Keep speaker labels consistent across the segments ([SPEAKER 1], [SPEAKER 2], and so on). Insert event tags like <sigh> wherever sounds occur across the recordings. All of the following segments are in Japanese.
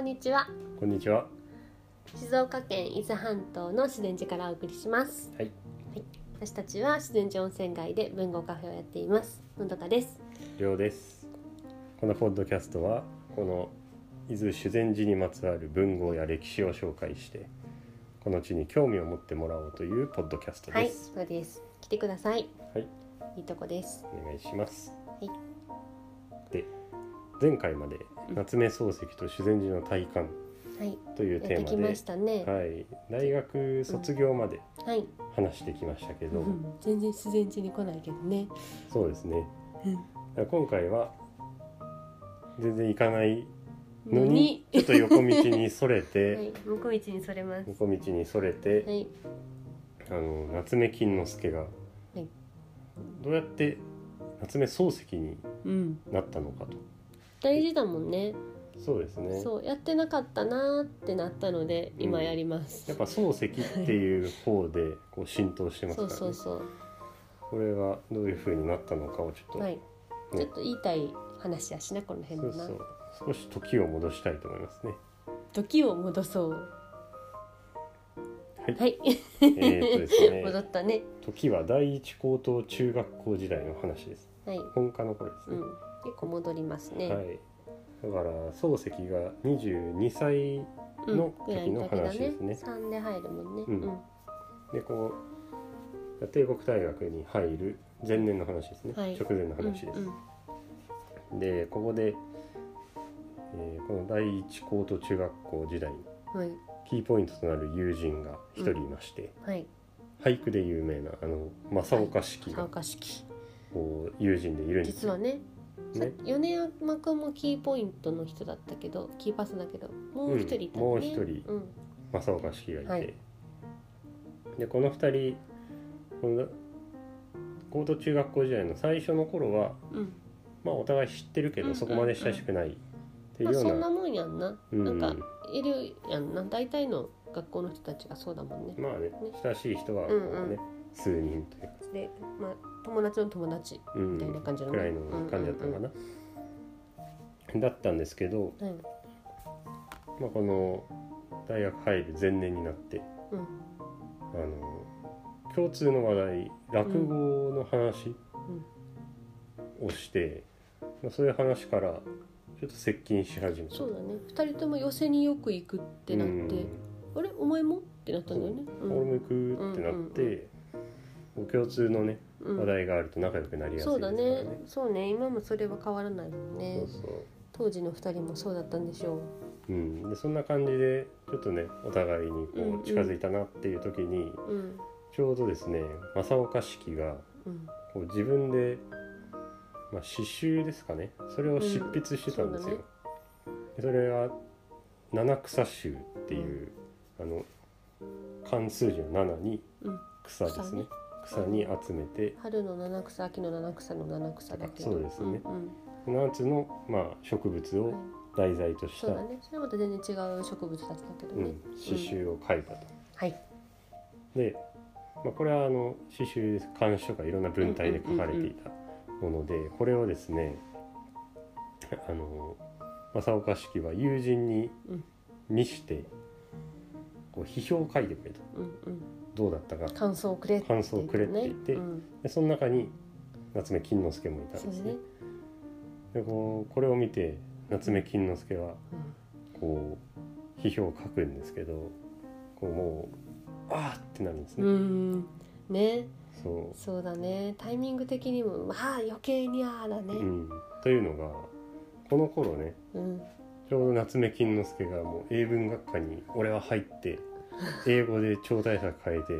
[SPEAKER 1] んにちは
[SPEAKER 2] こんにちは。
[SPEAKER 1] 静岡県伊豆半島の自然寺からお送りします
[SPEAKER 2] はい、
[SPEAKER 1] 私たちは自然寺温泉街で文豪カフェをやっていますのどかです
[SPEAKER 2] りょうです。このポッドキャストはこの伊豆修善寺にまつわる文豪や歴史を紹介して、この地に興味を持ってもらおうというポッドキャスト
[SPEAKER 1] はい
[SPEAKER 2] です。
[SPEAKER 1] そうです来てください
[SPEAKER 2] はい、
[SPEAKER 1] いいとこです
[SPEAKER 2] お願いします。
[SPEAKER 1] い
[SPEAKER 2] で、前回まで夏目漱石と修善寺の体感
[SPEAKER 1] はい
[SPEAKER 2] とい
[SPEAKER 1] や
[SPEAKER 2] う
[SPEAKER 1] っ
[SPEAKER 2] テ
[SPEAKER 1] て
[SPEAKER 2] ー
[SPEAKER 1] き
[SPEAKER 2] マ
[SPEAKER 1] ま
[SPEAKER 2] で
[SPEAKER 1] し、たね
[SPEAKER 2] はい、大学卒業まで
[SPEAKER 1] はい、
[SPEAKER 2] 話してきましたけ
[SPEAKER 1] う
[SPEAKER 2] ど、
[SPEAKER 1] ん、全然自然寺に来ないけどね
[SPEAKER 2] そうですね。
[SPEAKER 1] うん
[SPEAKER 2] だから今回は全然行かないの
[SPEAKER 1] の
[SPEAKER 2] に
[SPEAKER 1] に
[SPEAKER 2] ちょっと横道にそれ
[SPEAKER 1] は
[SPEAKER 2] て、
[SPEAKER 1] い向こう道にそれます
[SPEAKER 2] 横道にそれて、
[SPEAKER 1] はい
[SPEAKER 2] あの夏目金之助が、
[SPEAKER 1] い
[SPEAKER 2] どうやって夏目漱石に
[SPEAKER 1] うん
[SPEAKER 2] なったのかと
[SPEAKER 1] 大事だもんね
[SPEAKER 2] そうですね
[SPEAKER 1] そうやってなかったなーってなったので今やります、
[SPEAKER 2] やっぱ漱石っていう方でこう浸透してますか
[SPEAKER 1] そ
[SPEAKER 2] ら
[SPEAKER 1] う
[SPEAKER 2] ね
[SPEAKER 1] そうそう
[SPEAKER 2] これがどういう風になったのかをちょっと、
[SPEAKER 1] はい、ちょっと言いたい話やしなこの辺
[SPEAKER 2] そ
[SPEAKER 1] の
[SPEAKER 2] う
[SPEAKER 1] な
[SPEAKER 2] そう少し時を戻したいと思いますね
[SPEAKER 1] 時を戻そう
[SPEAKER 2] はい、
[SPEAKER 1] はい、
[SPEAKER 2] えーっとです
[SPEAKER 1] <laughs> 戻
[SPEAKER 2] ね
[SPEAKER 1] ったね
[SPEAKER 2] 時は第一高等中学校時代の話です
[SPEAKER 1] はい、うん、
[SPEAKER 2] 本科の頃ですね、
[SPEAKER 1] 結構戻りますね、
[SPEAKER 2] はいだから漱石が22歳
[SPEAKER 1] うん
[SPEAKER 2] の
[SPEAKER 1] ぐらい
[SPEAKER 2] 時の話ですね
[SPEAKER 1] 3で入るもんね、
[SPEAKER 2] うんでこう帝国大学に入る前年の話ですね、
[SPEAKER 1] はい
[SPEAKER 2] 直前の話です、
[SPEAKER 1] うん
[SPEAKER 2] でここで、えーこの第一高等中学校時代の
[SPEAKER 1] うんはい
[SPEAKER 2] キーポイントとなる友人が一人いまして、
[SPEAKER 1] はい
[SPEAKER 2] 俳句で有名なあの正岡子規が
[SPEAKER 1] 参加式
[SPEAKER 2] こう友人でいるんです
[SPEAKER 1] 実
[SPEAKER 2] よ
[SPEAKER 1] はねさ
[SPEAKER 2] ね
[SPEAKER 1] 米山君もキーポイントの人だったけどキーパスだけどもう一人いたね、
[SPEAKER 2] うんもう一人
[SPEAKER 1] うん
[SPEAKER 2] 正岡子規がいて、
[SPEAKER 1] はい
[SPEAKER 2] でこの二人この高等中学校時代の最初の頃は、
[SPEAKER 1] うん
[SPEAKER 2] まあ、お互い知ってるけ
[SPEAKER 1] うんうんう
[SPEAKER 2] ど
[SPEAKER 1] ん
[SPEAKER 2] そこまで親しくないってい
[SPEAKER 1] ま
[SPEAKER 2] う
[SPEAKER 1] あ、
[SPEAKER 2] よう
[SPEAKER 1] そん
[SPEAKER 2] な
[SPEAKER 1] なもんやんな、
[SPEAKER 2] うん
[SPEAKER 1] なんかいるやんな大体の学校の人たちがそうだもんね、
[SPEAKER 2] まあね親しい人はこ
[SPEAKER 1] う
[SPEAKER 2] うん
[SPEAKER 1] うん
[SPEAKER 2] ね、数人というか、
[SPEAKER 1] で、まあ、友達の友達
[SPEAKER 2] うん
[SPEAKER 1] みたいな感じの
[SPEAKER 2] くらいの感じだったのかな、だったんですけど、
[SPEAKER 1] うんうん
[SPEAKER 2] まあ、この大学入る前年になって
[SPEAKER 1] うん
[SPEAKER 2] あの共通の話題落語の話をして、まあ、そういう話からちょっと接近し始めた。
[SPEAKER 1] そうだね2人とも寄せによく行くってなって、あれお前もってなったんだよね
[SPEAKER 2] うん俺も行くってなって、
[SPEAKER 1] うんうん
[SPEAKER 2] こう共通のね
[SPEAKER 1] うん
[SPEAKER 2] 話題があると仲良くなり
[SPEAKER 1] うん
[SPEAKER 2] やす
[SPEAKER 1] そ
[SPEAKER 2] いう
[SPEAKER 1] だ
[SPEAKER 2] ですから
[SPEAKER 1] ね
[SPEAKER 2] ね。
[SPEAKER 1] そうね今もそれは変わらないもんね
[SPEAKER 2] そうそう
[SPEAKER 1] 当時の2人もそうだったんでしょう
[SPEAKER 2] うん、でそんな感じでちょっとねお互いに
[SPEAKER 1] うんう
[SPEAKER 2] こ
[SPEAKER 1] ん
[SPEAKER 2] う近づいたなっていう時に、
[SPEAKER 1] うん
[SPEAKER 2] ちょうどですね正岡子規が
[SPEAKER 1] うん
[SPEAKER 2] こう自分で、まあ、詩集ですかねそれを執筆してたんですよ。でそれが「七草集」っていう、あの漢数字の7に
[SPEAKER 1] うん
[SPEAKER 2] 草ですね草に集めて
[SPEAKER 1] 春の七草秋の七草の七草だけど
[SPEAKER 2] そうですね
[SPEAKER 1] うんうん
[SPEAKER 2] 7つの、まあ、植物
[SPEAKER 1] は
[SPEAKER 2] を
[SPEAKER 1] い
[SPEAKER 2] 題材とし
[SPEAKER 1] そう
[SPEAKER 2] た、
[SPEAKER 1] だねそれまた全然違う植物だったけど
[SPEAKER 2] う
[SPEAKER 1] ね、
[SPEAKER 2] ん、詩集を書いたと。
[SPEAKER 1] はい
[SPEAKER 2] で、まあ、これはあの詩集です漢詩とかいろんな文体で書かれていたもので、これをですねあの正岡子規は友人に
[SPEAKER 1] うん
[SPEAKER 2] 見してこう批評を書いてくれと
[SPEAKER 1] うんうん
[SPEAKER 2] どうだったか
[SPEAKER 1] 感想をくれって言って
[SPEAKER 2] 感想をくれって言って
[SPEAKER 1] うん
[SPEAKER 2] でその中に夏目金之助もいたん
[SPEAKER 1] そう
[SPEAKER 2] で
[SPEAKER 1] です
[SPEAKER 2] す
[SPEAKER 1] ね
[SPEAKER 2] ね。でこうこれを見て夏目金之助は
[SPEAKER 1] うん
[SPEAKER 2] こう批評を書くんですけどこうもうああってなるんです
[SPEAKER 1] う
[SPEAKER 2] ね。
[SPEAKER 1] んね
[SPEAKER 2] そう
[SPEAKER 1] そうだねタイミング的にもまあ余計にああだ
[SPEAKER 2] う
[SPEAKER 1] ね
[SPEAKER 2] ん、というのがこの頃ね
[SPEAKER 1] うん
[SPEAKER 2] ちょうど夏目金之助がもう英文学科に俺は入って英語で超大作変えて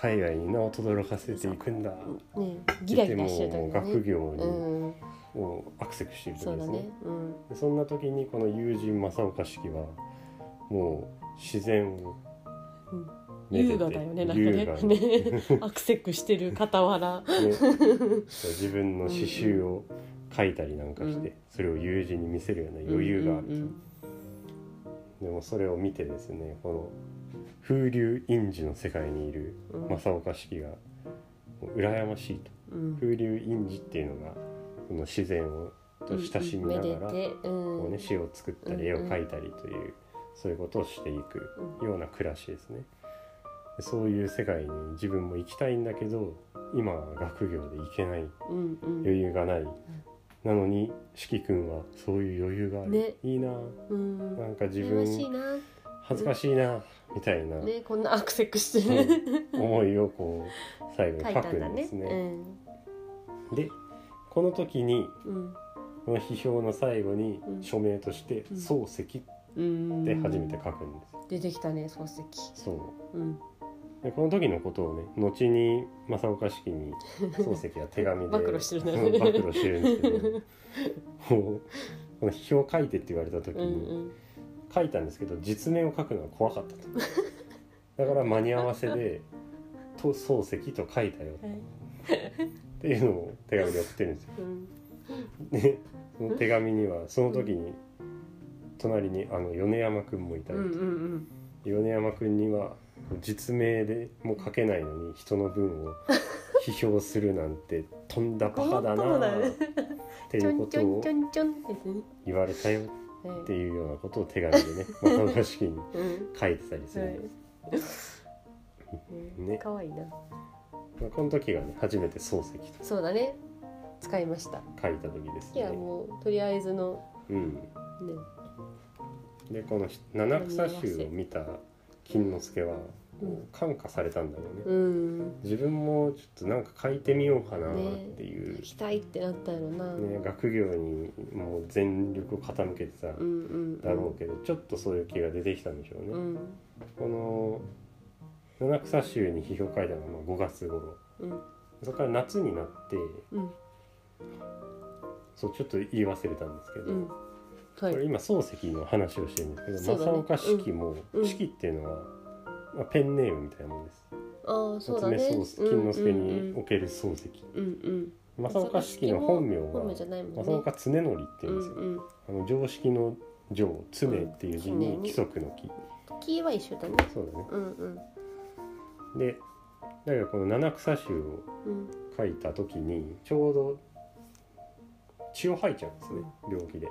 [SPEAKER 2] 海外に名を轟かせていくんだ
[SPEAKER 1] ねギラギラして
[SPEAKER 2] 言
[SPEAKER 1] る時
[SPEAKER 2] ってもう
[SPEAKER 1] だ
[SPEAKER 2] 学
[SPEAKER 1] ね
[SPEAKER 2] 業に、
[SPEAKER 1] うん
[SPEAKER 2] もうアクセスしている
[SPEAKER 1] そう
[SPEAKER 2] 時で
[SPEAKER 1] だ
[SPEAKER 2] す
[SPEAKER 1] ね
[SPEAKER 2] ね
[SPEAKER 1] うん
[SPEAKER 2] そそんな時にこの友人正岡子規はもう自然を
[SPEAKER 1] うん
[SPEAKER 2] めでて
[SPEAKER 1] 優雅だよねなん
[SPEAKER 2] 優雅
[SPEAKER 1] かねね <laughs> アクセクしてる傍ら
[SPEAKER 2] ねそう自分の詩集を書いたりなんかして、
[SPEAKER 1] う
[SPEAKER 2] それを友人に見せるような余裕があるといううん
[SPEAKER 1] うん
[SPEAKER 2] でもそれを見てですねこの風流印字の世界にいる
[SPEAKER 1] うん
[SPEAKER 2] 正岡子規がもう羨ましいと
[SPEAKER 1] うん
[SPEAKER 2] 風流印字っていうのがこの自然をと親しみながら、
[SPEAKER 1] めでてうん
[SPEAKER 2] こうね、詩を作ったり絵を
[SPEAKER 1] うんうん
[SPEAKER 2] 描いたりという、そういうことをしていくような暮らしですね。でそういう世界に自分も行きたいんだけど今は学業で行けない
[SPEAKER 1] うんうん
[SPEAKER 2] 余裕がない、なのにしきくんはそういう余裕がある、
[SPEAKER 1] ね
[SPEAKER 2] いいな
[SPEAKER 1] うん
[SPEAKER 2] なんか自
[SPEAKER 1] 羨ましい
[SPEAKER 2] 分
[SPEAKER 1] な
[SPEAKER 2] 恥ずかしいなみたいな
[SPEAKER 1] ねこんなアクセクしてね
[SPEAKER 2] 思いをこう最後
[SPEAKER 1] <laughs>
[SPEAKER 2] に
[SPEAKER 1] 書い
[SPEAKER 2] 書
[SPEAKER 1] た
[SPEAKER 2] く
[SPEAKER 1] んだ
[SPEAKER 2] んで
[SPEAKER 1] ね
[SPEAKER 2] すね。でこの時に
[SPEAKER 1] うん
[SPEAKER 2] この批評の最後に
[SPEAKER 1] うん
[SPEAKER 2] 署名として
[SPEAKER 1] うん
[SPEAKER 2] 漱石っ
[SPEAKER 1] うん
[SPEAKER 2] て初めて書くんです。
[SPEAKER 1] 出てきたね漱石
[SPEAKER 2] そう
[SPEAKER 1] うん
[SPEAKER 2] でこの時のことをね後に正岡
[SPEAKER 1] <laughs>
[SPEAKER 2] 式に漱石は手紙で
[SPEAKER 1] 暴露してるね
[SPEAKER 2] そう暴露してるんですけどもうこの批評書いてって言われた時
[SPEAKER 1] うんう
[SPEAKER 2] に
[SPEAKER 1] ん
[SPEAKER 2] 書いたんですけど実名を書くのが怖かったとだから間に合わ
[SPEAKER 1] <laughs>
[SPEAKER 2] せで「と漱石」と書いたよ
[SPEAKER 1] はい
[SPEAKER 2] っていうのを手紙で送ってるんで
[SPEAKER 1] <laughs>
[SPEAKER 2] すよ。
[SPEAKER 1] うん
[SPEAKER 2] でその手紙にはその時に隣にあの米山くんもいた
[SPEAKER 1] う
[SPEAKER 2] り
[SPEAKER 1] ん
[SPEAKER 2] と
[SPEAKER 1] うん
[SPEAKER 2] 米山君には実名でも書けないのに人の文
[SPEAKER 1] <laughs>
[SPEAKER 2] を批評するなんてとんだバカだな
[SPEAKER 1] ごもっともだね
[SPEAKER 2] あって
[SPEAKER 1] ち
[SPEAKER 2] い
[SPEAKER 1] ょ
[SPEAKER 2] うんこ
[SPEAKER 1] ち
[SPEAKER 2] と
[SPEAKER 1] ょん
[SPEAKER 2] を
[SPEAKER 1] ちょんちょんですね
[SPEAKER 2] 言われたよ
[SPEAKER 1] はい
[SPEAKER 2] っていうようなことを手
[SPEAKER 1] <laughs>
[SPEAKER 2] 紙でね正岡式に
[SPEAKER 1] うん
[SPEAKER 2] 書いてたりす
[SPEAKER 1] は
[SPEAKER 2] る
[SPEAKER 1] い
[SPEAKER 2] んです、
[SPEAKER 1] うん
[SPEAKER 2] ね
[SPEAKER 1] 可愛いな
[SPEAKER 2] まあこの時がね初めて漱石と
[SPEAKER 1] そうだね使いました
[SPEAKER 2] 書いた時です
[SPEAKER 1] いや
[SPEAKER 2] ね。
[SPEAKER 1] もうとりあえずの
[SPEAKER 2] うん、
[SPEAKER 1] ね
[SPEAKER 2] でこの七草集を見た金之助は
[SPEAKER 1] うん
[SPEAKER 2] 感化されたんだろうね。
[SPEAKER 1] うん
[SPEAKER 2] 自分もちょっとなんか書いてみようかなっていう、
[SPEAKER 1] 行きたいってなったんやろな
[SPEAKER 2] ね、学業にもう全力を傾けてた
[SPEAKER 1] うんうんうん
[SPEAKER 2] だろうけど、ちょっとそういう気が出てきたんでしょうね。
[SPEAKER 1] うん
[SPEAKER 2] この七草集に批評書いたのがまあ5月頃
[SPEAKER 1] うん
[SPEAKER 2] そこから夏になって
[SPEAKER 1] うん
[SPEAKER 2] そうちょっと言い忘れたんですけ
[SPEAKER 1] う
[SPEAKER 2] ど、
[SPEAKER 1] んはい
[SPEAKER 2] これ今漱石の話をしてるんですけど、
[SPEAKER 1] そうだね
[SPEAKER 2] 正岡子規も
[SPEAKER 1] うん
[SPEAKER 2] 子規っていうのは、まあ、ペンネームみたいなもんです。
[SPEAKER 1] ああそうだね
[SPEAKER 2] 夏目漱石金之助に
[SPEAKER 1] うん
[SPEAKER 2] おける漱石、
[SPEAKER 1] うん
[SPEAKER 2] 正岡子規の本名
[SPEAKER 1] うん本名じ
[SPEAKER 2] が
[SPEAKER 1] ゃないもんね
[SPEAKER 2] 正岡常則って
[SPEAKER 1] う
[SPEAKER 2] 言うん
[SPEAKER 1] ん
[SPEAKER 2] ですよ。
[SPEAKER 1] うん
[SPEAKER 2] あの常識の常常っていう字に
[SPEAKER 1] うん
[SPEAKER 2] 規則の規
[SPEAKER 1] 木は一緒だね
[SPEAKER 2] そうだね
[SPEAKER 1] うんうん
[SPEAKER 2] でだからこの七草集を
[SPEAKER 1] うん
[SPEAKER 2] 書いた時にちょうど血を吐いちゃうんですね病気で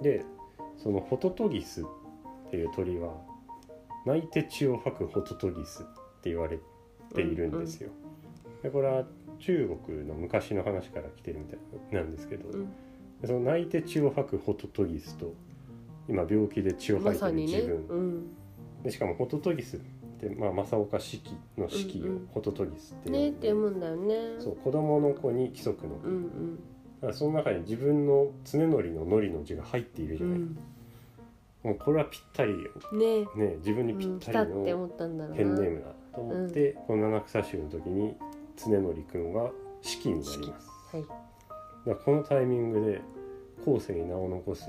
[SPEAKER 2] でそのホトトギスっていう鳥は泣いて血を吐くホトトギスって言われているんですよ、でこれは中国の昔の話から来てるみたいなんですけど、
[SPEAKER 1] うん
[SPEAKER 2] でその泣いて血を吐くホトトギスと今病気で血を
[SPEAKER 1] ま
[SPEAKER 2] 吐いて
[SPEAKER 1] さ
[SPEAKER 2] る
[SPEAKER 1] にね
[SPEAKER 2] 自分、
[SPEAKER 1] うん
[SPEAKER 2] でしかもホトトギスって、まあ、正岡子規の子規
[SPEAKER 1] うん
[SPEAKER 2] を
[SPEAKER 1] うん
[SPEAKER 2] ホトトギスって
[SPEAKER 1] ね
[SPEAKER 2] い
[SPEAKER 1] っ
[SPEAKER 2] う,、
[SPEAKER 1] て読むんだよね
[SPEAKER 2] そう子供の子に規則の、
[SPEAKER 1] う
[SPEAKER 2] だ
[SPEAKER 1] ん
[SPEAKER 2] からその中に自分の常則の則の字が入ってい
[SPEAKER 1] う
[SPEAKER 2] る
[SPEAKER 1] ん
[SPEAKER 2] じ
[SPEAKER 1] う
[SPEAKER 2] ゃない、
[SPEAKER 1] ん
[SPEAKER 2] もうこれはぴったりよ、
[SPEAKER 1] ね
[SPEAKER 2] ね、自分
[SPEAKER 1] う
[SPEAKER 2] にぴ
[SPEAKER 1] ん
[SPEAKER 2] っ
[SPEAKER 1] 来
[SPEAKER 2] た
[SPEAKER 1] たっ
[SPEAKER 2] り
[SPEAKER 1] て
[SPEAKER 2] の
[SPEAKER 1] 思ったんだろうな
[SPEAKER 2] ペンネームだと思って、この七草集の時に常則くんは子規になります。
[SPEAKER 1] はい
[SPEAKER 2] だからこのタイミングで後世に名を残す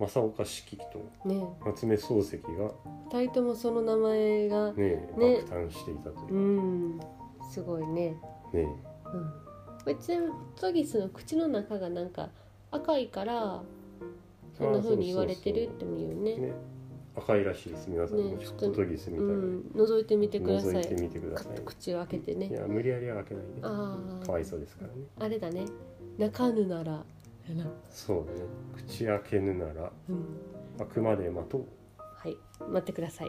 [SPEAKER 2] 正岡子規と
[SPEAKER 1] ね
[SPEAKER 2] 夏目漱石が
[SPEAKER 1] 二人ともその名前が
[SPEAKER 2] ね
[SPEAKER 1] ね
[SPEAKER 2] 爆誕していたというう、
[SPEAKER 1] んすごいね
[SPEAKER 2] ね
[SPEAKER 1] うんこっちのトギスの口の中がなんか赤いからそんな風に言われてるっても言うね
[SPEAKER 2] ね赤いらしいです皆さんも、
[SPEAKER 1] ね
[SPEAKER 2] ちょっとトギスみたいな、
[SPEAKER 1] うん覗いてみてくださ
[SPEAKER 2] 覗
[SPEAKER 1] い
[SPEAKER 2] いてみてくだ
[SPEAKER 1] カ
[SPEAKER 2] さ
[SPEAKER 1] ッと
[SPEAKER 2] い
[SPEAKER 1] 口を開けて
[SPEAKER 2] い
[SPEAKER 1] ね
[SPEAKER 2] や無理やりは開けないで
[SPEAKER 1] ああ
[SPEAKER 2] かわいそうですからね
[SPEAKER 1] あれだね泣かぬなら、
[SPEAKER 2] そうだね口開けぬなら
[SPEAKER 1] うん、
[SPEAKER 2] あくまで待とう
[SPEAKER 1] はい待ってください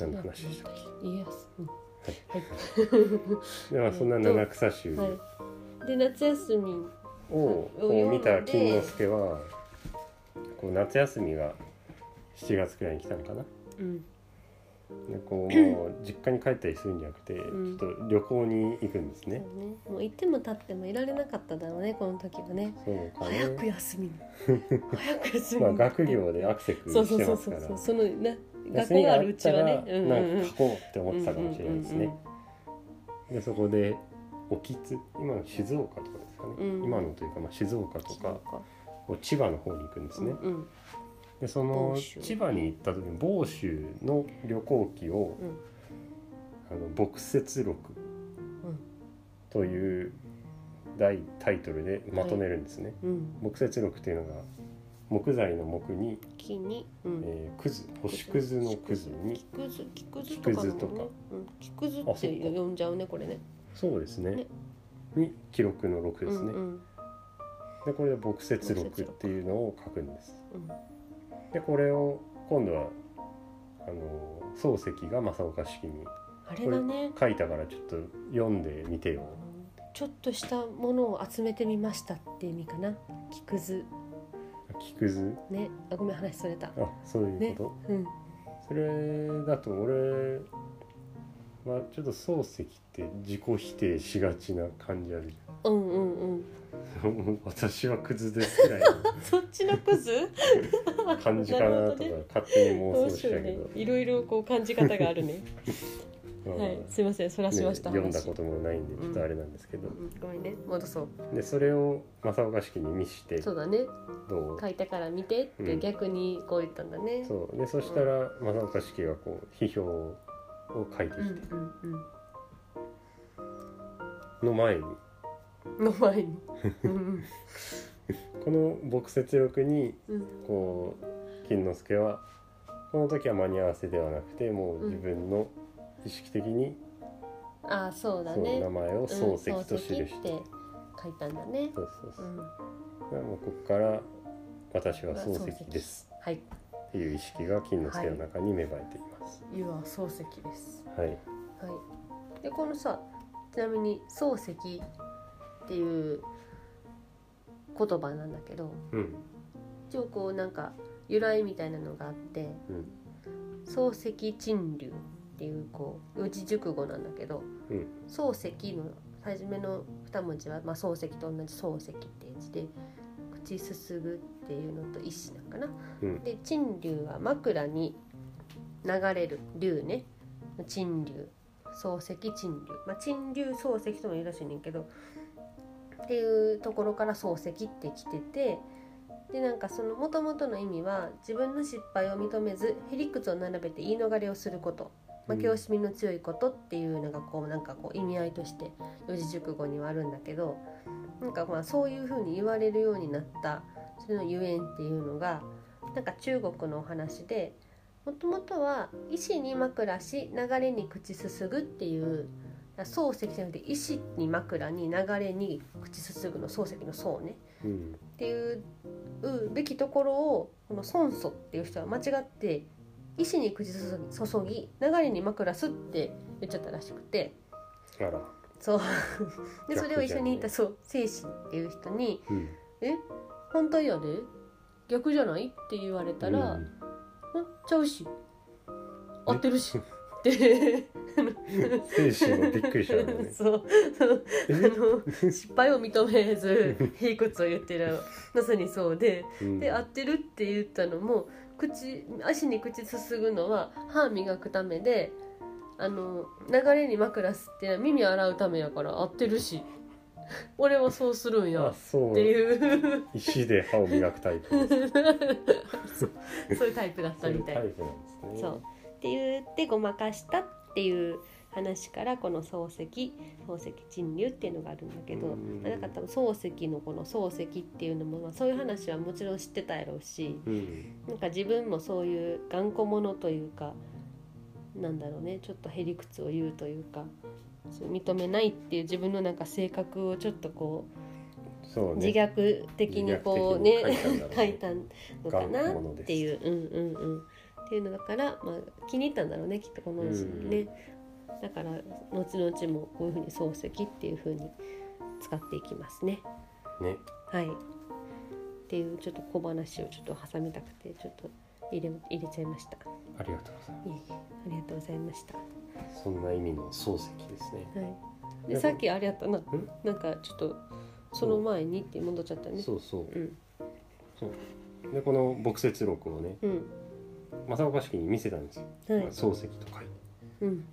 [SPEAKER 2] 何の話でしたっ
[SPEAKER 1] イエス、うん
[SPEAKER 2] けでまあそんな七草集
[SPEAKER 1] は
[SPEAKER 2] を
[SPEAKER 1] いで夏休み
[SPEAKER 2] こう見た金之助はこう夏休みが7月くらいに来たのかな
[SPEAKER 1] うん
[SPEAKER 2] でこうもう実家に帰ったりするんじゃなくて、
[SPEAKER 1] うん
[SPEAKER 2] ちょっと旅行に行くんです
[SPEAKER 1] そう
[SPEAKER 2] ね
[SPEAKER 1] ね。もう行っても立ってもいられなかっただろうねこの時はね
[SPEAKER 2] そうか
[SPEAKER 1] 早く
[SPEAKER 2] ね。
[SPEAKER 1] 休
[SPEAKER 2] <laughs>
[SPEAKER 1] みに早く休み
[SPEAKER 2] まあ
[SPEAKER 1] に
[SPEAKER 2] 学業でアクセク
[SPEAKER 1] そう
[SPEAKER 2] し
[SPEAKER 1] そう
[SPEAKER 2] て
[SPEAKER 1] そ
[SPEAKER 2] ま
[SPEAKER 1] う
[SPEAKER 2] す
[SPEAKER 1] そ
[SPEAKER 2] か
[SPEAKER 1] う
[SPEAKER 2] ら
[SPEAKER 1] そう。そのな学
[SPEAKER 2] 休
[SPEAKER 1] 校
[SPEAKER 2] み
[SPEAKER 1] が
[SPEAKER 2] が
[SPEAKER 1] あ
[SPEAKER 2] あ
[SPEAKER 1] るう
[SPEAKER 2] っ
[SPEAKER 1] ち
[SPEAKER 2] た
[SPEAKER 1] は
[SPEAKER 2] ら
[SPEAKER 1] ねうんう
[SPEAKER 2] なん
[SPEAKER 1] ん
[SPEAKER 2] か書こうって思ってたかもしれないですね。でそこで沖津今の静岡とかですかね。
[SPEAKER 1] うん
[SPEAKER 2] 今のというかまあ静岡とかこう千葉の方に行くんですね。
[SPEAKER 1] うんうん
[SPEAKER 2] でその
[SPEAKER 1] 房州
[SPEAKER 2] 千葉に行った時に房州の旅行記を、
[SPEAKER 1] うん
[SPEAKER 2] あの牧雪録という大タイトルでまとめるんですね。
[SPEAKER 1] うん
[SPEAKER 2] 木節録っていうのが木材の木に、
[SPEAKER 1] 木にうん
[SPEAKER 2] えー、くず星くずのくずに
[SPEAKER 1] 木くず木くずとか
[SPEAKER 2] 木くずとか
[SPEAKER 1] もねうん木くずっ
[SPEAKER 2] あそ
[SPEAKER 1] て
[SPEAKER 2] っか
[SPEAKER 1] 呼んじゃうねこれね
[SPEAKER 2] そうですね
[SPEAKER 1] ね
[SPEAKER 2] に記録の録です
[SPEAKER 1] う
[SPEAKER 2] ね、
[SPEAKER 1] んうん
[SPEAKER 2] でこれで牧雪録っていうのを書くんです
[SPEAKER 1] うん
[SPEAKER 2] でこれを今度はあの漱石が正岡式に
[SPEAKER 1] あれだね
[SPEAKER 2] 書いたからちょっと読んでみてよ
[SPEAKER 1] ちょっとしたものを集めてみましたっていう意味かな木くず
[SPEAKER 2] 木くず
[SPEAKER 1] ねあごめん話それた
[SPEAKER 2] あそういうこと、
[SPEAKER 1] うん
[SPEAKER 2] それだと俺はちょっと漱石って自己否定しがちな感じある <laughs> じ
[SPEAKER 1] うんうんうん
[SPEAKER 2] ゃんもう私はクズですぐらい
[SPEAKER 1] そっちのク
[SPEAKER 2] <laughs>
[SPEAKER 1] ズ
[SPEAKER 2] の感じかな
[SPEAKER 1] る
[SPEAKER 2] と
[SPEAKER 1] ほ
[SPEAKER 2] か
[SPEAKER 1] どね
[SPEAKER 2] 勝手に妄
[SPEAKER 1] 面
[SPEAKER 2] 想した
[SPEAKER 1] 白い
[SPEAKER 2] け
[SPEAKER 1] ね
[SPEAKER 2] ど、
[SPEAKER 1] いろいろこう感じ方があるね
[SPEAKER 2] <laughs> まあ
[SPEAKER 1] はいすいませんそらし
[SPEAKER 2] ね
[SPEAKER 1] ました、
[SPEAKER 2] 読んだ
[SPEAKER 1] 話
[SPEAKER 2] こともないんでちょっとあれなんですけど、
[SPEAKER 1] うんごめんね戻そう
[SPEAKER 2] でそれを正岡式に見して
[SPEAKER 1] そうだね
[SPEAKER 2] どう
[SPEAKER 1] 書いたから見てっ
[SPEAKER 2] う
[SPEAKER 1] て
[SPEAKER 2] ん
[SPEAKER 1] 逆にこう言ったんだね、
[SPEAKER 2] そうでそしたら正岡式がこう批評を書いてき
[SPEAKER 1] うん、
[SPEAKER 2] て、
[SPEAKER 1] うんうん
[SPEAKER 2] の前に
[SPEAKER 1] の前
[SPEAKER 2] <laughs>
[SPEAKER 1] にうん
[SPEAKER 2] この「牧雪録」に
[SPEAKER 1] うん
[SPEAKER 2] こう金之助はこの時は間に合わせではなくてもう自分の意識的に、
[SPEAKER 1] ああそうだ
[SPEAKER 2] そう
[SPEAKER 1] ね
[SPEAKER 2] 名前を漱石と記
[SPEAKER 1] うん漱
[SPEAKER 2] し、
[SPEAKER 1] 石ってて書いたんだね
[SPEAKER 2] そうそう
[SPEAKER 1] う
[SPEAKER 2] そうんだからもうここから「私は漱石です
[SPEAKER 1] はい」
[SPEAKER 2] っていう意識が金之助の中に芽生えています。
[SPEAKER 1] 湯は漱石です
[SPEAKER 2] はい、
[SPEAKER 1] はい、でこのさちなみに漱石っていう言葉なんだけど
[SPEAKER 2] うん
[SPEAKER 1] 一応こうなんか由来みたいなのがあって
[SPEAKER 2] うん
[SPEAKER 1] 漱石陳流っていうこう四字熟語なんだけど、
[SPEAKER 2] うん
[SPEAKER 1] 漱石の初めの2文字は、まあ、漱石と同じ漱石っていう字で口すすぐっていうのと一種なんかな。
[SPEAKER 2] うん
[SPEAKER 1] で陳流は枕に流れる流ね陳流漱石陳流、まあ、陳流漱石とも言うらしいねんけどっていうところから漱石って来ててでなんかその元々の意味は自分の失敗を認めずへりくつを並べて言い逃れをすること。まあ、教師味の強いことっていうのがこうなんかこう意味合いとして四字熟語にはあるんだけどなんかまあそういうふうに言われるようになったそれのゆえんっていうのがなんか中国のお話でもともとは「石に枕し流れに口すすぐ」っていう漱石じゃなくて「石に枕に流れに口すすぐ」の漱石の漱ね
[SPEAKER 2] うん
[SPEAKER 1] っていうべきところをこの孫祖っていう人は間違って医師に口注ぎ注ぎ流れに枕すって言っちゃったらしくて
[SPEAKER 2] あら、
[SPEAKER 1] そうで
[SPEAKER 2] 逆じゃ
[SPEAKER 1] そ
[SPEAKER 2] んね
[SPEAKER 1] れを一緒にいたそう精神っていう人に
[SPEAKER 2] うん、
[SPEAKER 1] 「反対やで逆じゃない?」って言われたら「、
[SPEAKER 2] うん
[SPEAKER 1] ちゃうし合ってるし」って
[SPEAKER 2] 精神もびっくりしたよ
[SPEAKER 1] <laughs>
[SPEAKER 2] ね。
[SPEAKER 1] そうあの失敗を認めず卑屈を言ってるまさにそうで
[SPEAKER 2] うん
[SPEAKER 1] で合ってるって言ったのも口足に口すすぐのは歯磨くためであの流れに枕すってのは耳洗うためやから合ってるし <laughs> 俺はそうするんや
[SPEAKER 2] あ
[SPEAKER 1] っ
[SPEAKER 2] そう
[SPEAKER 1] ていう
[SPEAKER 2] 石で歯を磨く
[SPEAKER 1] <laughs>
[SPEAKER 2] タイプですね。
[SPEAKER 1] そうそういうタイプだった
[SPEAKER 2] そうい
[SPEAKER 1] み
[SPEAKER 2] う
[SPEAKER 1] たい
[SPEAKER 2] タイプなんですね。
[SPEAKER 1] そうって言ってごまかしたっていう話からこの漱石漱石陳流っていうのがあるんだけど、
[SPEAKER 2] うん
[SPEAKER 1] まあ、なんか多分漱石のこの漱石っていうのも、まあ、そういう話はもちろん知ってたやろうし、
[SPEAKER 2] うん。
[SPEAKER 1] なんか自分もそういう頑固者というかなんだろうねちょっとへりくつを言うというかそう認めないっていう自分のなんか性格をちょっとこ
[SPEAKER 2] そう
[SPEAKER 1] う、
[SPEAKER 2] ね。
[SPEAKER 1] 自虐的にこうね
[SPEAKER 2] 自虐的に
[SPEAKER 1] <laughs>
[SPEAKER 2] 書
[SPEAKER 1] 書
[SPEAKER 2] い
[SPEAKER 1] い
[SPEAKER 2] た
[SPEAKER 1] たのか
[SPEAKER 2] 頑
[SPEAKER 1] な
[SPEAKER 2] 固
[SPEAKER 1] っ
[SPEAKER 2] 者です
[SPEAKER 1] ていう、うんうんうん、っていうのだから、まあ、気に入ったんだろうねきっとこの字ね、だから後々もこういうふうに漱石っていうふうに使っていきますね。
[SPEAKER 2] ね。
[SPEAKER 1] はい。っていうちょっと小話をちょっと挟みたくてちょっと入れ入れちゃいました。い
[SPEAKER 2] ありがとうございま
[SPEAKER 1] えいえありがとうございました。は
[SPEAKER 2] す。そんな意味の漱石ですね。
[SPEAKER 1] い。でさっきあれやったな。
[SPEAKER 2] ん
[SPEAKER 1] なんかちょっとその前にって戻っちゃったね。
[SPEAKER 2] そうそう
[SPEAKER 1] う。ん
[SPEAKER 2] そう。でこの牧雪録をね、
[SPEAKER 1] うん
[SPEAKER 2] 正岡式に見せたんですよ。
[SPEAKER 1] はい
[SPEAKER 2] 漱石と書いて、
[SPEAKER 1] うん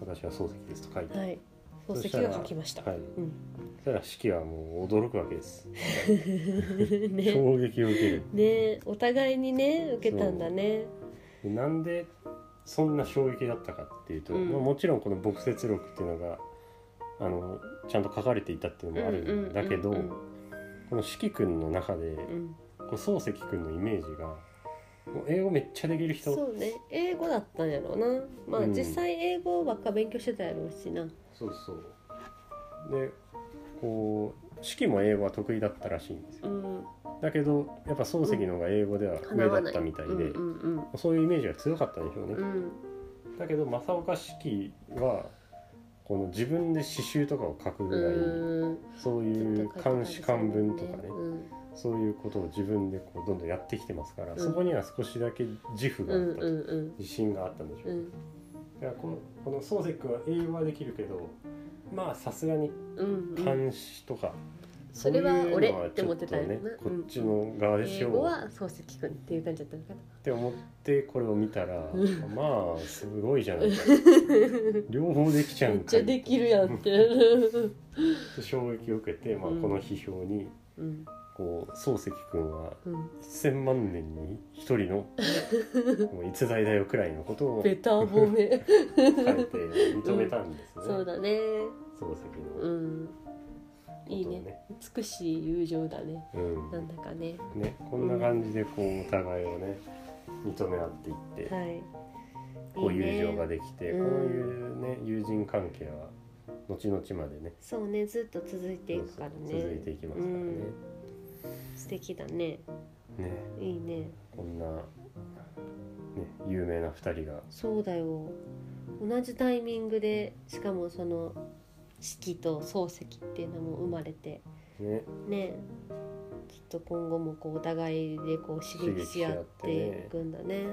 [SPEAKER 2] 私は漱石ですと書いて。
[SPEAKER 1] はい。
[SPEAKER 2] そ
[SPEAKER 1] 漱
[SPEAKER 2] し
[SPEAKER 1] 石
[SPEAKER 2] たら
[SPEAKER 1] が書きました。
[SPEAKER 2] はい。
[SPEAKER 1] うん。
[SPEAKER 2] そしたら式はもう驚くわ
[SPEAKER 1] <laughs>
[SPEAKER 2] けです。
[SPEAKER 1] ね。
[SPEAKER 2] 衝撃を受ける。
[SPEAKER 1] ねお互いにね受けたんだね。
[SPEAKER 2] でなんでそんな衝撃だったかっていうと、
[SPEAKER 1] うん
[SPEAKER 2] まあ、もちろんこの牧雪録っていうのがあのちゃんと書かれていたっていうのもあるんだけど、
[SPEAKER 1] うん
[SPEAKER 2] この四季君の中で、
[SPEAKER 1] うんうん
[SPEAKER 2] こう漱石君のイメージがもう英語めっちゃできる人
[SPEAKER 1] そうね英語だったんやろうなまあ、
[SPEAKER 2] うん
[SPEAKER 1] 実際英語ばっか勉強してたやろうしな
[SPEAKER 2] そうそうでこう四季も英語は得意だったらしいんです
[SPEAKER 1] う
[SPEAKER 2] よ
[SPEAKER 1] ん、
[SPEAKER 2] だけどやっぱ漱石の方が英語では上だったみたいで、
[SPEAKER 1] うんうん
[SPEAKER 2] そういうイメージが強かったんでしょうね
[SPEAKER 1] う、ん
[SPEAKER 2] だけど正岡子規はこの自分で詩集とかを書くぐらい、
[SPEAKER 1] うん
[SPEAKER 2] そういう漢詩漢文とかね、
[SPEAKER 1] うん
[SPEAKER 2] そういうことを自分でこうどんどんやってきてますから、
[SPEAKER 1] うん
[SPEAKER 2] そこには少しだけ自負が
[SPEAKER 1] う
[SPEAKER 2] あっ
[SPEAKER 1] ん
[SPEAKER 2] たと、
[SPEAKER 1] うんうん
[SPEAKER 2] 自信があったんでしょう、
[SPEAKER 1] うん
[SPEAKER 2] だからこのこの漱石君は英語はできるけどまあさすがに
[SPEAKER 1] うんうん
[SPEAKER 2] 漢詩とか、
[SPEAKER 1] それは俺って思ってたよな
[SPEAKER 2] ねこっちの側でし
[SPEAKER 1] 英
[SPEAKER 2] ょ
[SPEAKER 1] 語
[SPEAKER 2] う
[SPEAKER 1] は漱石君っていう感じだったのかな
[SPEAKER 2] って思ってこれを見たら、
[SPEAKER 1] うん
[SPEAKER 2] まあすごいじ
[SPEAKER 1] <laughs>
[SPEAKER 2] ゃないか両方できちゃう
[SPEAKER 1] め
[SPEAKER 2] ん
[SPEAKER 1] っ
[SPEAKER 2] か
[SPEAKER 1] ちゃ
[SPEAKER 2] い
[SPEAKER 1] できるやんってう
[SPEAKER 2] 衝撃を受けて、まあ、
[SPEAKER 1] うん
[SPEAKER 2] この批評に
[SPEAKER 1] ん
[SPEAKER 2] こう漱石君は
[SPEAKER 1] うん
[SPEAKER 2] 1,000万年に1人の
[SPEAKER 1] <laughs>
[SPEAKER 2] もう逸材だよくらいのことを書
[SPEAKER 1] ベ
[SPEAKER 2] いて
[SPEAKER 1] タ褒め
[SPEAKER 2] 認めたんですね、
[SPEAKER 1] そうだね
[SPEAKER 2] 漱石
[SPEAKER 1] う
[SPEAKER 2] の
[SPEAKER 1] んいい
[SPEAKER 2] ことを
[SPEAKER 1] ね美しい友情だねなんだかね
[SPEAKER 2] うん、ねこんな感じでこうお互いをね認め合っていって、
[SPEAKER 1] はい
[SPEAKER 2] こう
[SPEAKER 1] いいね
[SPEAKER 2] 友情ができて
[SPEAKER 1] うん
[SPEAKER 2] こういうね友人関係は後々までね
[SPEAKER 1] そうねずっと続いていくからね
[SPEAKER 2] 続いていきますからね,、
[SPEAKER 1] うん素敵だね
[SPEAKER 2] ね
[SPEAKER 1] いいね
[SPEAKER 2] こんな、ね、有名な2人が
[SPEAKER 1] そうだよ同じタイミングでしかもその四季と漱石っていうのも生まれて
[SPEAKER 2] ね
[SPEAKER 1] ねきっと今後もこうお互いでこう刺激し合っていくんだね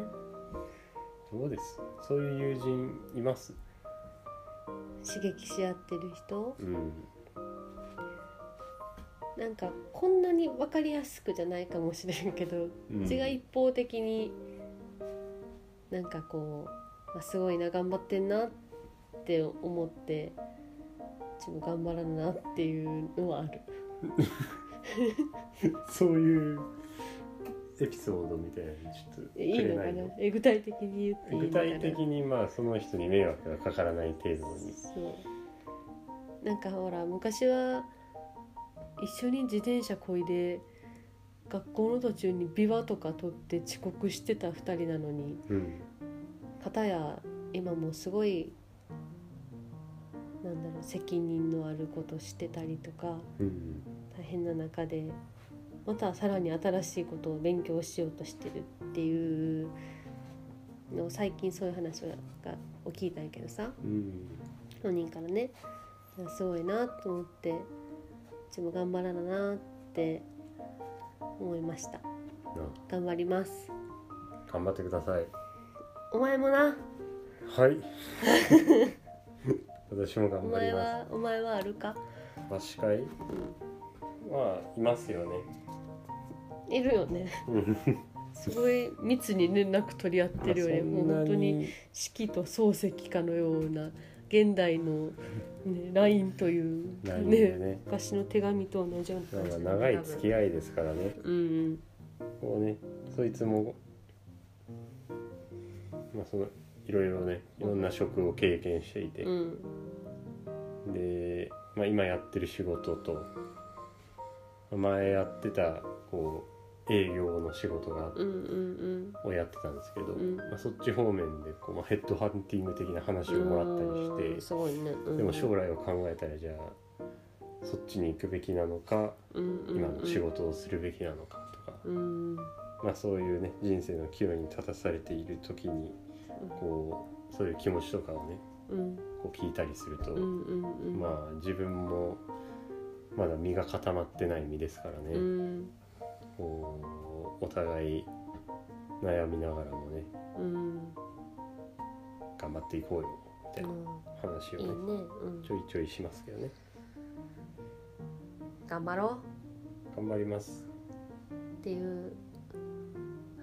[SPEAKER 2] どうですそういう友人います、
[SPEAKER 1] 刺激し合ってる人
[SPEAKER 2] うん、
[SPEAKER 1] なんかこんなに分かりやすくじゃないかもしれんけど、うちが一方的になんかこう、まあ、すごいな頑張ってんなって思ってちょっと頑張らんなっていうのはある。
[SPEAKER 2] そういうエピソードみたいなのちょっとく
[SPEAKER 1] いい
[SPEAKER 2] れ
[SPEAKER 1] の
[SPEAKER 2] な
[SPEAKER 1] か
[SPEAKER 2] い
[SPEAKER 1] な
[SPEAKER 2] の
[SPEAKER 1] え具体的に言っていい
[SPEAKER 2] 具
[SPEAKER 1] のかな
[SPEAKER 2] 体的にまあその人に迷惑がかからない程度に
[SPEAKER 1] そうなんかほら昔は一緒に自転車こいで学校の途中に琵琶とか取って遅刻してた2人なのに
[SPEAKER 2] うん
[SPEAKER 1] 片や今もすごいなんだろう責任のあることしてたりとか
[SPEAKER 2] うん
[SPEAKER 1] 大変な中でまたさらに新しいことを勉強しようとしてるっていうのを最近そういう話がを聞いたんやけどさ
[SPEAKER 2] うん
[SPEAKER 1] 4人からねすごいなと思ってうちも頑張らななって思いました
[SPEAKER 2] な
[SPEAKER 1] 頑張ります
[SPEAKER 2] 頑張ってください
[SPEAKER 1] お前もな
[SPEAKER 2] はい <laughs> 私も
[SPEAKER 1] お
[SPEAKER 2] 頑張り
[SPEAKER 1] 前
[SPEAKER 2] ま
[SPEAKER 1] は
[SPEAKER 2] す
[SPEAKER 1] お前はあるか
[SPEAKER 2] まあ司会まあいますよね。
[SPEAKER 1] いるよ
[SPEAKER 2] <laughs>
[SPEAKER 1] ねすごい密に連絡取り合ってるよね
[SPEAKER 2] まあ
[SPEAKER 1] もう本当に。四季と漱石かのような現代の、ね、LINE という
[SPEAKER 2] そ
[SPEAKER 1] か
[SPEAKER 2] んなにない
[SPEAKER 1] ね
[SPEAKER 2] よね。
[SPEAKER 1] 昔の手紙と同じよう
[SPEAKER 2] ま
[SPEAKER 1] な感
[SPEAKER 2] あまあ
[SPEAKER 1] じ
[SPEAKER 2] 長い付き合いですからね。
[SPEAKER 1] うん
[SPEAKER 2] こうね、そいつも。まあ、その、いろいろね、いろんな職を経験していて
[SPEAKER 1] う、ん
[SPEAKER 2] で、まあ、今やってる仕事と。前やってた、こう、営業の仕事が、
[SPEAKER 1] うんうん
[SPEAKER 2] をやってたんですけど、
[SPEAKER 1] うん
[SPEAKER 2] まあ、そっち方面で、こう、まあ、ヘッドハンティング的な話
[SPEAKER 1] う
[SPEAKER 2] を
[SPEAKER 1] ん
[SPEAKER 2] もらったりして。
[SPEAKER 1] うんすごいね、うん、
[SPEAKER 2] でも将来を考えたらじゃあそっちに行くべきなのか
[SPEAKER 1] うんうん
[SPEAKER 2] 今の仕事をするべきなのかとか、
[SPEAKER 1] うん
[SPEAKER 2] まあ、そういうね人生の岐路に立たされている時にこうそういう気持ちとかをね
[SPEAKER 1] うん
[SPEAKER 2] こう聞いたりすると、
[SPEAKER 1] うんうんうん
[SPEAKER 2] まあ自分もまだ身が固まってない身ですからね、
[SPEAKER 1] うん
[SPEAKER 2] こうお互い悩みながらもね
[SPEAKER 1] うん
[SPEAKER 2] 頑張っていこうよみたいな話を
[SPEAKER 1] いいね、
[SPEAKER 2] ね
[SPEAKER 1] うん、
[SPEAKER 2] ちょいちょいしますけどね
[SPEAKER 1] 頑張ろ
[SPEAKER 2] 頑張ります
[SPEAKER 1] うっていう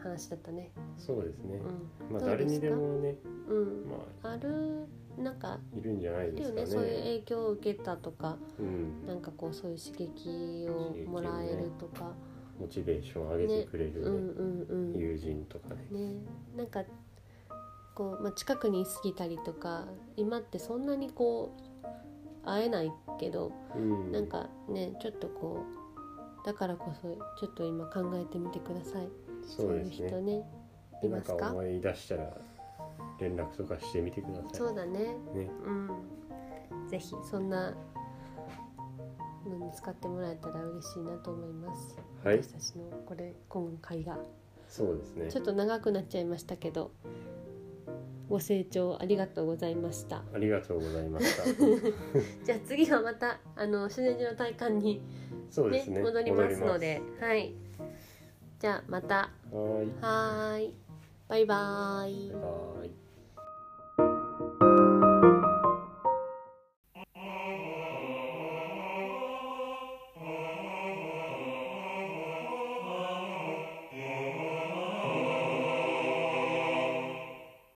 [SPEAKER 1] 話だったね、
[SPEAKER 2] そうですね
[SPEAKER 1] う、んど
[SPEAKER 2] まあ
[SPEAKER 1] うで
[SPEAKER 2] 誰
[SPEAKER 1] す
[SPEAKER 2] に
[SPEAKER 1] か
[SPEAKER 2] でもね
[SPEAKER 1] うん
[SPEAKER 2] まあ
[SPEAKER 1] あるなんか
[SPEAKER 2] いるんじゃない
[SPEAKER 1] いる
[SPEAKER 2] で
[SPEAKER 1] よ
[SPEAKER 2] すか
[SPEAKER 1] ね
[SPEAKER 2] ね。
[SPEAKER 1] そういう影響を受けたとか
[SPEAKER 2] うん、
[SPEAKER 1] なんかこうそういう刺激をもらえるとか、
[SPEAKER 2] モチベーションを上げてくれ
[SPEAKER 1] う
[SPEAKER 2] る、ね
[SPEAKER 1] んうんうんね
[SPEAKER 2] 友人とかね。
[SPEAKER 1] なんかこう、まあ、近くに過ぎたりとか今ってそんなにこう会えないけど
[SPEAKER 2] うん、
[SPEAKER 1] なんかねちょっとこうだからこそちょっと今考えてみてください
[SPEAKER 2] そうです
[SPEAKER 1] いう人
[SPEAKER 2] ね。
[SPEAKER 1] ねい
[SPEAKER 2] な
[SPEAKER 1] ま
[SPEAKER 2] ん
[SPEAKER 1] す
[SPEAKER 2] か
[SPEAKER 1] か
[SPEAKER 2] 思い出したら連絡とかしてみてください。
[SPEAKER 1] そうだね
[SPEAKER 2] ね、
[SPEAKER 1] うんぜひそんなのに使ってもらえたら嬉しいなと思います、
[SPEAKER 2] はい
[SPEAKER 1] 私たちのこれ今回が
[SPEAKER 2] そうですね
[SPEAKER 1] ちょっと長くなっちゃいましたけどご清聴ありがとうございました
[SPEAKER 2] ありがとうござい
[SPEAKER 1] <laughs>
[SPEAKER 2] ました
[SPEAKER 1] じゃあ次はまたあの修善寺の体感に、
[SPEAKER 2] そうで
[SPEAKER 1] ね
[SPEAKER 2] すね
[SPEAKER 1] 戻りますのではいじゃあまた
[SPEAKER 2] 戻りますはー
[SPEAKER 1] はー
[SPEAKER 2] い
[SPEAKER 1] いバイバーイ
[SPEAKER 2] バイバイ